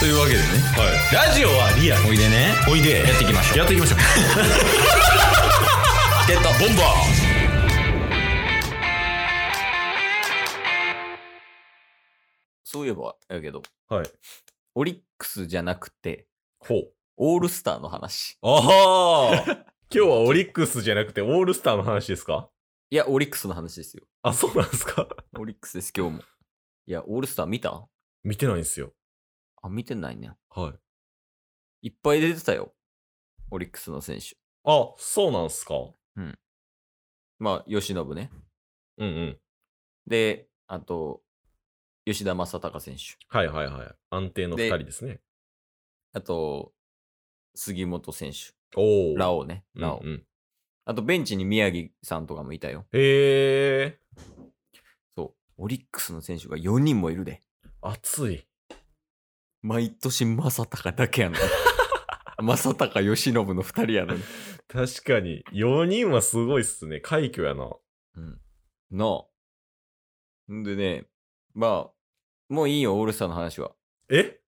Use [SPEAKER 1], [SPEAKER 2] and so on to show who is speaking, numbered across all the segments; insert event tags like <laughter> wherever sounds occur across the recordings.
[SPEAKER 1] というわけでね
[SPEAKER 2] はい。ラジオはリアル。
[SPEAKER 1] おいでね
[SPEAKER 2] おいで。
[SPEAKER 1] やっていきましょう
[SPEAKER 2] やっていきましょう。
[SPEAKER 1] ゲットボンバ
[SPEAKER 3] そういえば、やけど、
[SPEAKER 2] はい。
[SPEAKER 3] オリックスじゃなくて、
[SPEAKER 2] ほう。
[SPEAKER 3] オールスターの話。
[SPEAKER 2] ああ今日はオリックスじゃなくてオールスターの話ですか
[SPEAKER 3] <laughs> いや、オリックスの話ですよ。
[SPEAKER 2] あ、そうなんですか
[SPEAKER 3] オリックスです、今日も。いや、オールスター見た
[SPEAKER 2] 見てないんですよ。
[SPEAKER 3] あ、見てないね。
[SPEAKER 2] はい。
[SPEAKER 3] いっぱい出てたよ。オリックスの選手。
[SPEAKER 2] あ、そうなんすか
[SPEAKER 3] まあ、吉信ね。
[SPEAKER 2] うんうん。
[SPEAKER 3] で、あと、吉田正尚選手。
[SPEAKER 2] はいはいはい。安定の二
[SPEAKER 3] で
[SPEAKER 2] 人ですね。
[SPEAKER 3] あと、杉本選手。
[SPEAKER 2] おお。
[SPEAKER 3] ラ
[SPEAKER 2] オ。
[SPEAKER 3] オね。
[SPEAKER 2] ラ
[SPEAKER 3] ラオ。
[SPEAKER 2] オ。うん。
[SPEAKER 3] あと、ベンチに宮城さんとかもいたよ。
[SPEAKER 2] へえ。
[SPEAKER 3] そう。オリックスの選手が4人もいるで。
[SPEAKER 2] 熱い。
[SPEAKER 3] 毎年正尚だけやのに。
[SPEAKER 2] <laughs>
[SPEAKER 3] 正尚、吉信の2人やのに。
[SPEAKER 2] 確かに。4人はすごいっすね。快挙やな。
[SPEAKER 3] うん。なあ。んでね、まあ、もういいよ、オールスターの話は。
[SPEAKER 2] え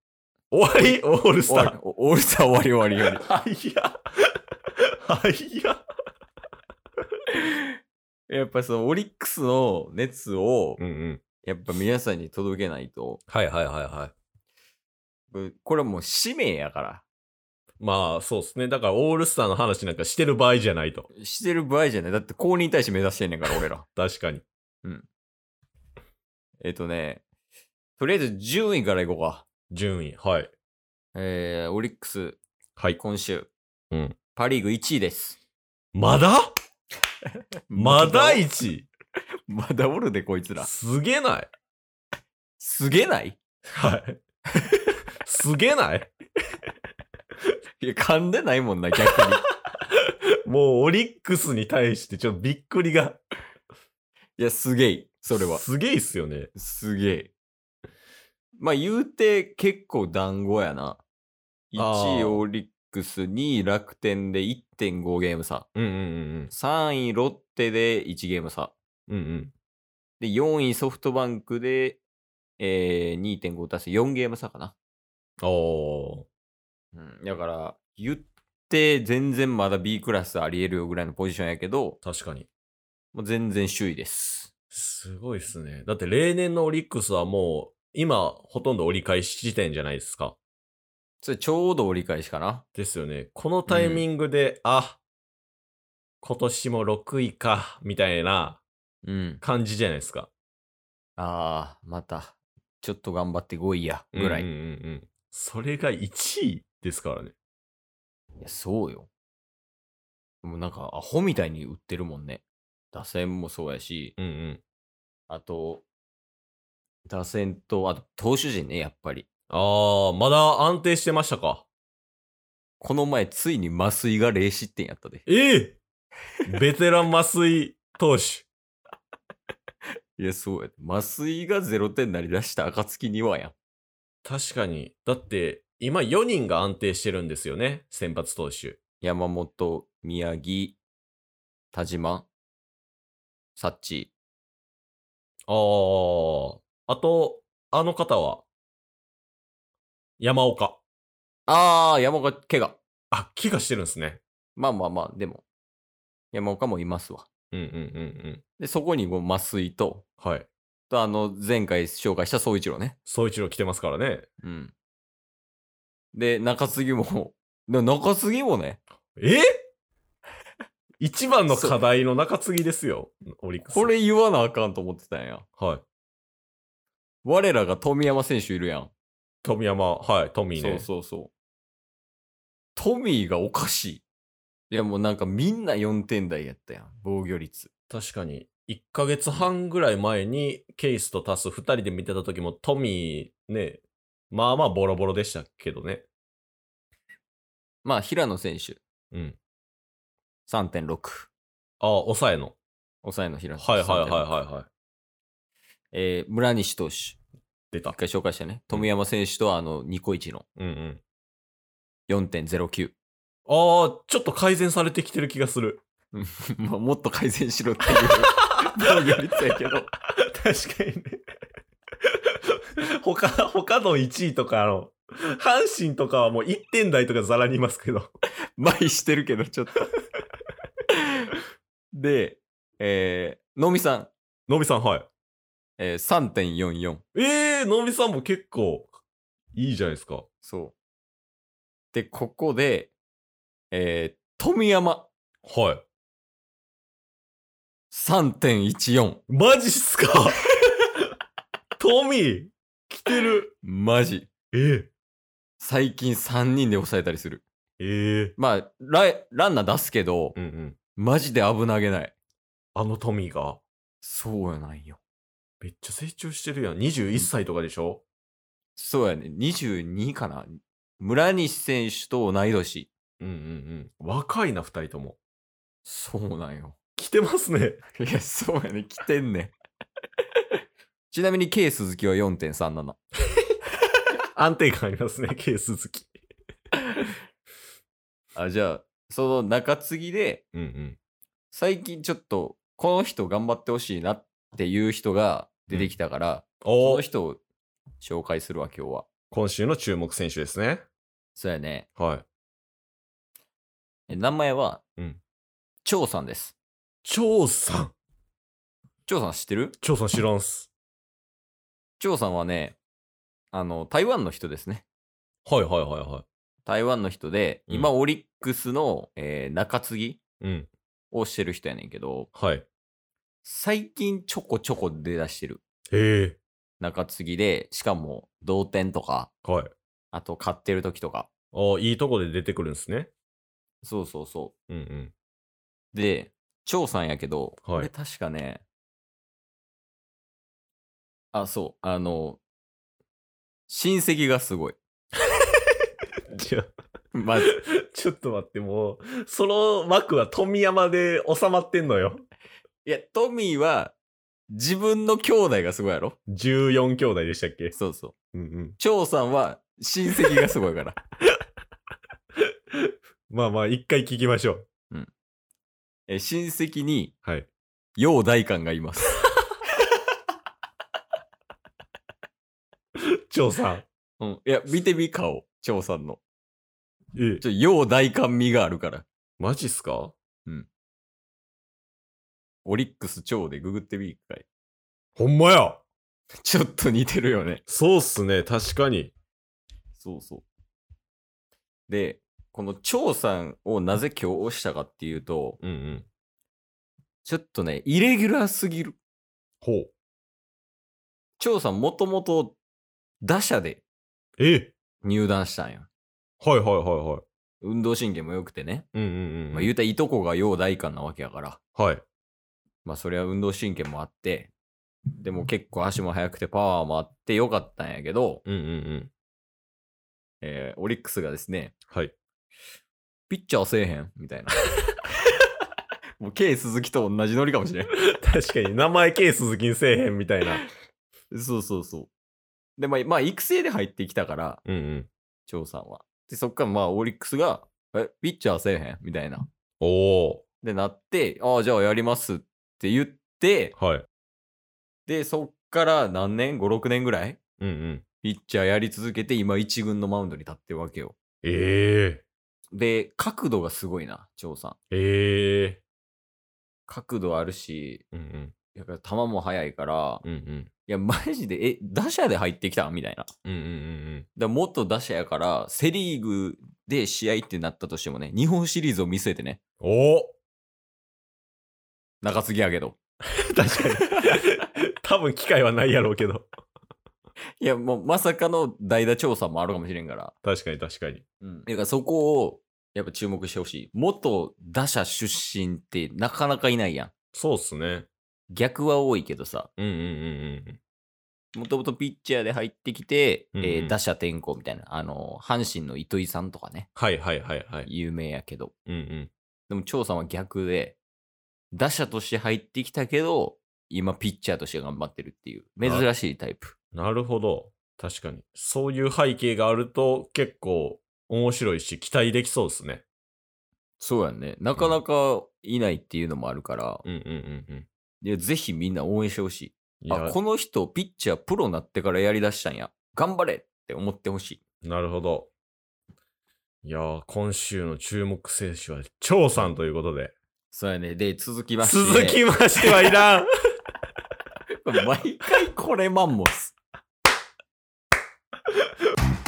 [SPEAKER 2] 終わりオールス
[SPEAKER 3] 終
[SPEAKER 2] タ
[SPEAKER 3] わ
[SPEAKER 2] ー
[SPEAKER 3] り。おオールスター終わり終わり終わり。
[SPEAKER 2] はいや。はいや。
[SPEAKER 3] <laughs> やっぱそのオリックスの熱を
[SPEAKER 2] う、んうん。
[SPEAKER 3] やっぱ皆さんに届けないと、
[SPEAKER 2] はいはいはいはい。
[SPEAKER 3] これはもう使命やから。
[SPEAKER 2] まあそうですね。だからオールスターの話なんかしてる場合じゃないと。
[SPEAKER 3] してる場合じゃない。だって公認大使目指してんねんから、俺ら。
[SPEAKER 2] 確かに。
[SPEAKER 3] えっとね、とりあえず順位からいこうか。
[SPEAKER 2] 順位。はい。
[SPEAKER 3] えー、オリックス、
[SPEAKER 2] はい。
[SPEAKER 3] 今週、
[SPEAKER 2] うん
[SPEAKER 3] パ・リーグ1位です。
[SPEAKER 2] まだまだ1位
[SPEAKER 3] <laughs> まだおるで、こいつら。
[SPEAKER 2] すげない
[SPEAKER 3] すげない
[SPEAKER 2] はい。すげない
[SPEAKER 3] いや、噛んでないもんな、
[SPEAKER 2] <laughs>
[SPEAKER 3] 逆に。
[SPEAKER 2] もうオリックスに対してちょっとびっくりが。
[SPEAKER 3] いや、すげい。それは。
[SPEAKER 2] すげいっすよね。
[SPEAKER 3] すげえ。まあ言うて結構団子やな。
[SPEAKER 2] あー
[SPEAKER 3] 1位オリックス、2位楽天で1.5ゲーム差。
[SPEAKER 2] うんうん
[SPEAKER 3] 3位ロッテで1ゲーム差。
[SPEAKER 2] うん。うんうん。
[SPEAKER 3] で、4位ソフトバンクで、えー、2.5足す4ゲーム差かな。
[SPEAKER 2] お
[SPEAKER 3] うん。だから、言って全然まだ B クラスありえるよぐらいのポジションやけど、
[SPEAKER 2] ー、確かに。
[SPEAKER 3] もう全然首位です。
[SPEAKER 2] すごいっすね。だって例年のオリックスはもう、今、ほとんど折り返し地点じゃないですか。
[SPEAKER 3] それちょうど折り返しかな。
[SPEAKER 2] ですよね。このタイミングで、あ、今年も6位か、みたいな
[SPEAKER 3] うん。
[SPEAKER 2] 感じじゃないですか。
[SPEAKER 3] ああ、また、ちょっと頑張って5位や、ぐらい。
[SPEAKER 2] うんうんうんうん。それが1位ですからね。
[SPEAKER 3] いや、そうよ。もうなんか、アホみたいに売ってるもんね。打線もそうやし、
[SPEAKER 2] うんうん。
[SPEAKER 3] あと、打線と、あと、投手陣ね、やっぱり。
[SPEAKER 2] ああ、まだ安定してましたか。
[SPEAKER 3] この前、ついに麻酔が0失点やったで。
[SPEAKER 2] え
[SPEAKER 3] <laughs>
[SPEAKER 2] えベテラン麻酔投手。
[SPEAKER 3] いや、そうや。麻酔が0点なり出した暁にはやん。
[SPEAKER 2] 確かに。だって、今4人が安定してるんですよね。先発投手。
[SPEAKER 3] 山本、宮城、田島、サッチ。
[SPEAKER 2] ああ。あと、あの方は、山岡。
[SPEAKER 3] あー、山岡、怪我。
[SPEAKER 2] あ、気がしてるんですね。
[SPEAKER 3] まあまあまあ、でも、山岡もいますわ。
[SPEAKER 2] うんうんうん
[SPEAKER 3] で、そこにこう麻酔と、
[SPEAKER 2] うん。はい。
[SPEAKER 3] とあの、前回紹介した総一郎ね。
[SPEAKER 2] 総一郎来てますからね。
[SPEAKER 3] うん。で、中継ぎも、 <laughs> で中継ぎもね、
[SPEAKER 2] え一番の課題の中継ぎですよ。オリックス。
[SPEAKER 3] こ、れ言わなあかんと思ってたんや。
[SPEAKER 2] はい。
[SPEAKER 3] 我らが富山選手いるやん。
[SPEAKER 2] 富山、はい、富
[SPEAKER 3] そ
[SPEAKER 2] ね。
[SPEAKER 3] うそうそう。トミーがおかしい。いやもうなんかみんな4点台やったやん。防御率。
[SPEAKER 2] 確かに。1ヶ月半ぐらい前に、ケイスとタス2人で見てた時も、トミーね、まあまあボロボロでしたけどね。
[SPEAKER 3] まあ、平野選手
[SPEAKER 2] うん。
[SPEAKER 3] 3.6。
[SPEAKER 2] ああ、抑えの。
[SPEAKER 3] 抑えの平野
[SPEAKER 2] はいはいはい
[SPEAKER 3] 3.6
[SPEAKER 2] はいはい。
[SPEAKER 3] えー村西投手。
[SPEAKER 2] 出た
[SPEAKER 3] 一。回紹介したね。富山選手とあの、ニコイチの
[SPEAKER 2] うんうん。
[SPEAKER 3] 4.09。
[SPEAKER 2] ああ、ちょっと改善されてきてる気がする。
[SPEAKER 3] <laughs> まあ、もっと改善しろっていう
[SPEAKER 2] <laughs>
[SPEAKER 3] 防御率やけど。
[SPEAKER 2] 確かにね。他、他の1位とかの、阪神とかはもう1点台とかざらにいますけど。
[SPEAKER 3] 麻痺してるけど、ちょっと。 <laughs> で、えー、のみさん、
[SPEAKER 2] のびさん、はい。
[SPEAKER 3] えー、3.44。
[SPEAKER 2] ええー、のびさんも結構、いいじゃないですか。
[SPEAKER 3] そう。で、ここで、えー、富山、
[SPEAKER 2] はい。
[SPEAKER 3] 3.14。
[SPEAKER 2] マジっす <laughs> かトミー、来てる。
[SPEAKER 3] マジ。
[SPEAKER 2] えー、
[SPEAKER 3] 最近3人で抑えたりする。
[SPEAKER 2] えー。
[SPEAKER 3] まあ、ラランナー出すけど、
[SPEAKER 2] うんうん。
[SPEAKER 3] マジで危なげない。
[SPEAKER 2] あのトミーが、
[SPEAKER 3] そうやなんよ。
[SPEAKER 2] めっちゃ成長してるやん。21歳とかでしょ
[SPEAKER 3] そうやね。22かな。村西選手と同い年。
[SPEAKER 2] うんうんうん。若いな、二人とも。
[SPEAKER 3] そうなんよ。
[SPEAKER 2] 来てますね。
[SPEAKER 3] <laughs> いや、そうやね。来てんねん。 <laughs> ちなみに K 鈴木は4.37。
[SPEAKER 2] 安定感ありますね、ケース好き。
[SPEAKER 3] あ、じゃあ、その中継ぎで、
[SPEAKER 2] うんうん。
[SPEAKER 3] 最近ちょっと、この人頑張ってほしいなっていう人が出てきたから、
[SPEAKER 2] お
[SPEAKER 3] この
[SPEAKER 2] お
[SPEAKER 3] 人を紹介するわ、今日は。
[SPEAKER 2] 今週の注目選手ですね。
[SPEAKER 3] そうやね。
[SPEAKER 2] はい。
[SPEAKER 3] え名前は、
[SPEAKER 2] うん。
[SPEAKER 3] 張さんです。
[SPEAKER 2] 張さん。
[SPEAKER 3] 張さん知ってる
[SPEAKER 2] 張さん知らんす。
[SPEAKER 3] 張さんはね、あの、台湾の人ですね。
[SPEAKER 2] はいはいはいは
[SPEAKER 3] 台湾の人で、
[SPEAKER 2] うん
[SPEAKER 3] 今、オリックスの、えー中継ぎ
[SPEAKER 2] い。うん。
[SPEAKER 3] をしてる人やねんけど、
[SPEAKER 2] はい。
[SPEAKER 3] 最近ちょこちょこ出だしてる。
[SPEAKER 2] え
[SPEAKER 3] 中継ぎで、しかも同点とか、
[SPEAKER 2] えはい。
[SPEAKER 3] あと勝ってる時とか。
[SPEAKER 2] ああ、いいとこで出てくるんですね。
[SPEAKER 3] そうそうそ
[SPEAKER 2] うんうん。
[SPEAKER 3] う。で、張さんやけど、
[SPEAKER 2] はい
[SPEAKER 3] これ確かね、あ、そう、あの、親戚がすごい。
[SPEAKER 2] じゃあ、
[SPEAKER 3] まず、
[SPEAKER 2] ちょっと待って、もう、その幕は富山で収まってんのよ。
[SPEAKER 3] いや、トミーは、自分の兄弟がすごいやろ
[SPEAKER 2] 14兄弟でしたっけ
[SPEAKER 3] そうそう。
[SPEAKER 2] うんうん。
[SPEAKER 3] 張さんは、親戚がすごい <laughs> から。
[SPEAKER 2] まあまあ、一回聞きましょう。
[SPEAKER 3] え親戚に、
[SPEAKER 2] はい。
[SPEAKER 3] 楊大官がいます。
[SPEAKER 2] 張さん。
[SPEAKER 3] <laughs> うん。いや、見てみ、顔。張さんの。
[SPEAKER 2] ええ
[SPEAKER 3] ちょ、楊大官味があるから。
[SPEAKER 2] マジっすか
[SPEAKER 3] オリックス張でググってみ、一回。
[SPEAKER 2] ほんまや
[SPEAKER 3] ちょっと似てるよね。
[SPEAKER 2] そうっすね、確かに。
[SPEAKER 3] そうそう。で、この張さんをなぜ今日押したかっていうと、
[SPEAKER 2] うんうん。
[SPEAKER 3] ちょっとね、イレギュラーすぎる。
[SPEAKER 2] ほう。
[SPEAKER 3] 張さんもともと、打者で
[SPEAKER 2] え
[SPEAKER 3] 入団したんよ。
[SPEAKER 2] はいはいはいはい。
[SPEAKER 3] 運動神経も良くてね。
[SPEAKER 2] うんうんうん。
[SPEAKER 3] まあ、言うたらいとこが楊大官なわけやから。
[SPEAKER 2] はい。
[SPEAKER 3] まあそれは運動神経もあって、でも結構足も速くてパワーもあってよかったんやけど、
[SPEAKER 2] うんうんうん。
[SPEAKER 3] えーオリックスがですね、
[SPEAKER 2] はい。
[SPEAKER 3] ピッチャーせえへんみた <laughs> いな。もう K 鈴木と同じノリかもしれん。
[SPEAKER 2] 確かに、名前 K 鈴木にせえへんみたいな。
[SPEAKER 3] そうそうそう。で、まあ、まあ、育成で入ってきたから、
[SPEAKER 2] うんうん。
[SPEAKER 3] 張さんは。で、そっからまあオリックスが、え、ピッチャーせえへんみたいな。
[SPEAKER 2] おお。
[SPEAKER 3] で、なって、ああ、じゃあやりますって言って、
[SPEAKER 2] はい。
[SPEAKER 3] で、そっから何年 ?5、6年ぐらい
[SPEAKER 2] うんうん。
[SPEAKER 3] ピッチャーやり続けて、今一軍のマウンドに立ってるわけよ。
[SPEAKER 2] え
[SPEAKER 3] で、角度がすごいな、張さん。
[SPEAKER 2] えええ
[SPEAKER 3] 角度あるし、
[SPEAKER 2] うんうん。
[SPEAKER 3] やっぱ球も速いから、い
[SPEAKER 2] うんうん。
[SPEAKER 3] や、マジで、え、打者で入ってきたみたいな。
[SPEAKER 2] うんうんうん
[SPEAKER 3] だ元打者やから、セ・リーグで試合ってなったとしてもね、日本シリーズを見据えてね、
[SPEAKER 2] うん。おお
[SPEAKER 3] 中継ぎやけど。
[SPEAKER 2] 確かに。多分機会はないやろうけど。
[SPEAKER 3] いや、もうまさかの代打調査もあるかもしれんから。
[SPEAKER 2] 確かに確かに。
[SPEAKER 3] うん。だからそこを、やっぱ注目してほしい。元打者出身ってなかなかいないやん。
[SPEAKER 2] そうっすね。
[SPEAKER 3] 逆は多いけどさ、
[SPEAKER 2] うんうんうんうん。
[SPEAKER 3] もともとピッチャーで入ってきて、
[SPEAKER 2] うんうん
[SPEAKER 3] えー打者転向みたいな、あの、阪神の糸井さんとかね、
[SPEAKER 2] はいはいはいはい。
[SPEAKER 3] 有名やけど、
[SPEAKER 2] うんうん。
[SPEAKER 3] でも張さんは逆で、打者として入ってきたけど、今ピッチャーとして頑張ってるっていう、珍しいタイプ。
[SPEAKER 2] なるほど。確かに。そういう背景があると結構面白いし、期待できそうですね。
[SPEAKER 3] そうやね。なかなかいないっていうのもあるから、
[SPEAKER 2] うんうんうんうん。
[SPEAKER 3] いやぜひみんな応援してほし
[SPEAKER 2] い
[SPEAKER 3] い。あ、
[SPEAKER 2] や、
[SPEAKER 3] この人、ピッチャープロになってからやりだしたんや。頑張れって思ってほしい。
[SPEAKER 2] なるほど。いやー、今週の注目選手は、張さんということで。
[SPEAKER 3] そうやね。で、続きまして。
[SPEAKER 2] 続きましてはいらん
[SPEAKER 3] 毎回これマンモス。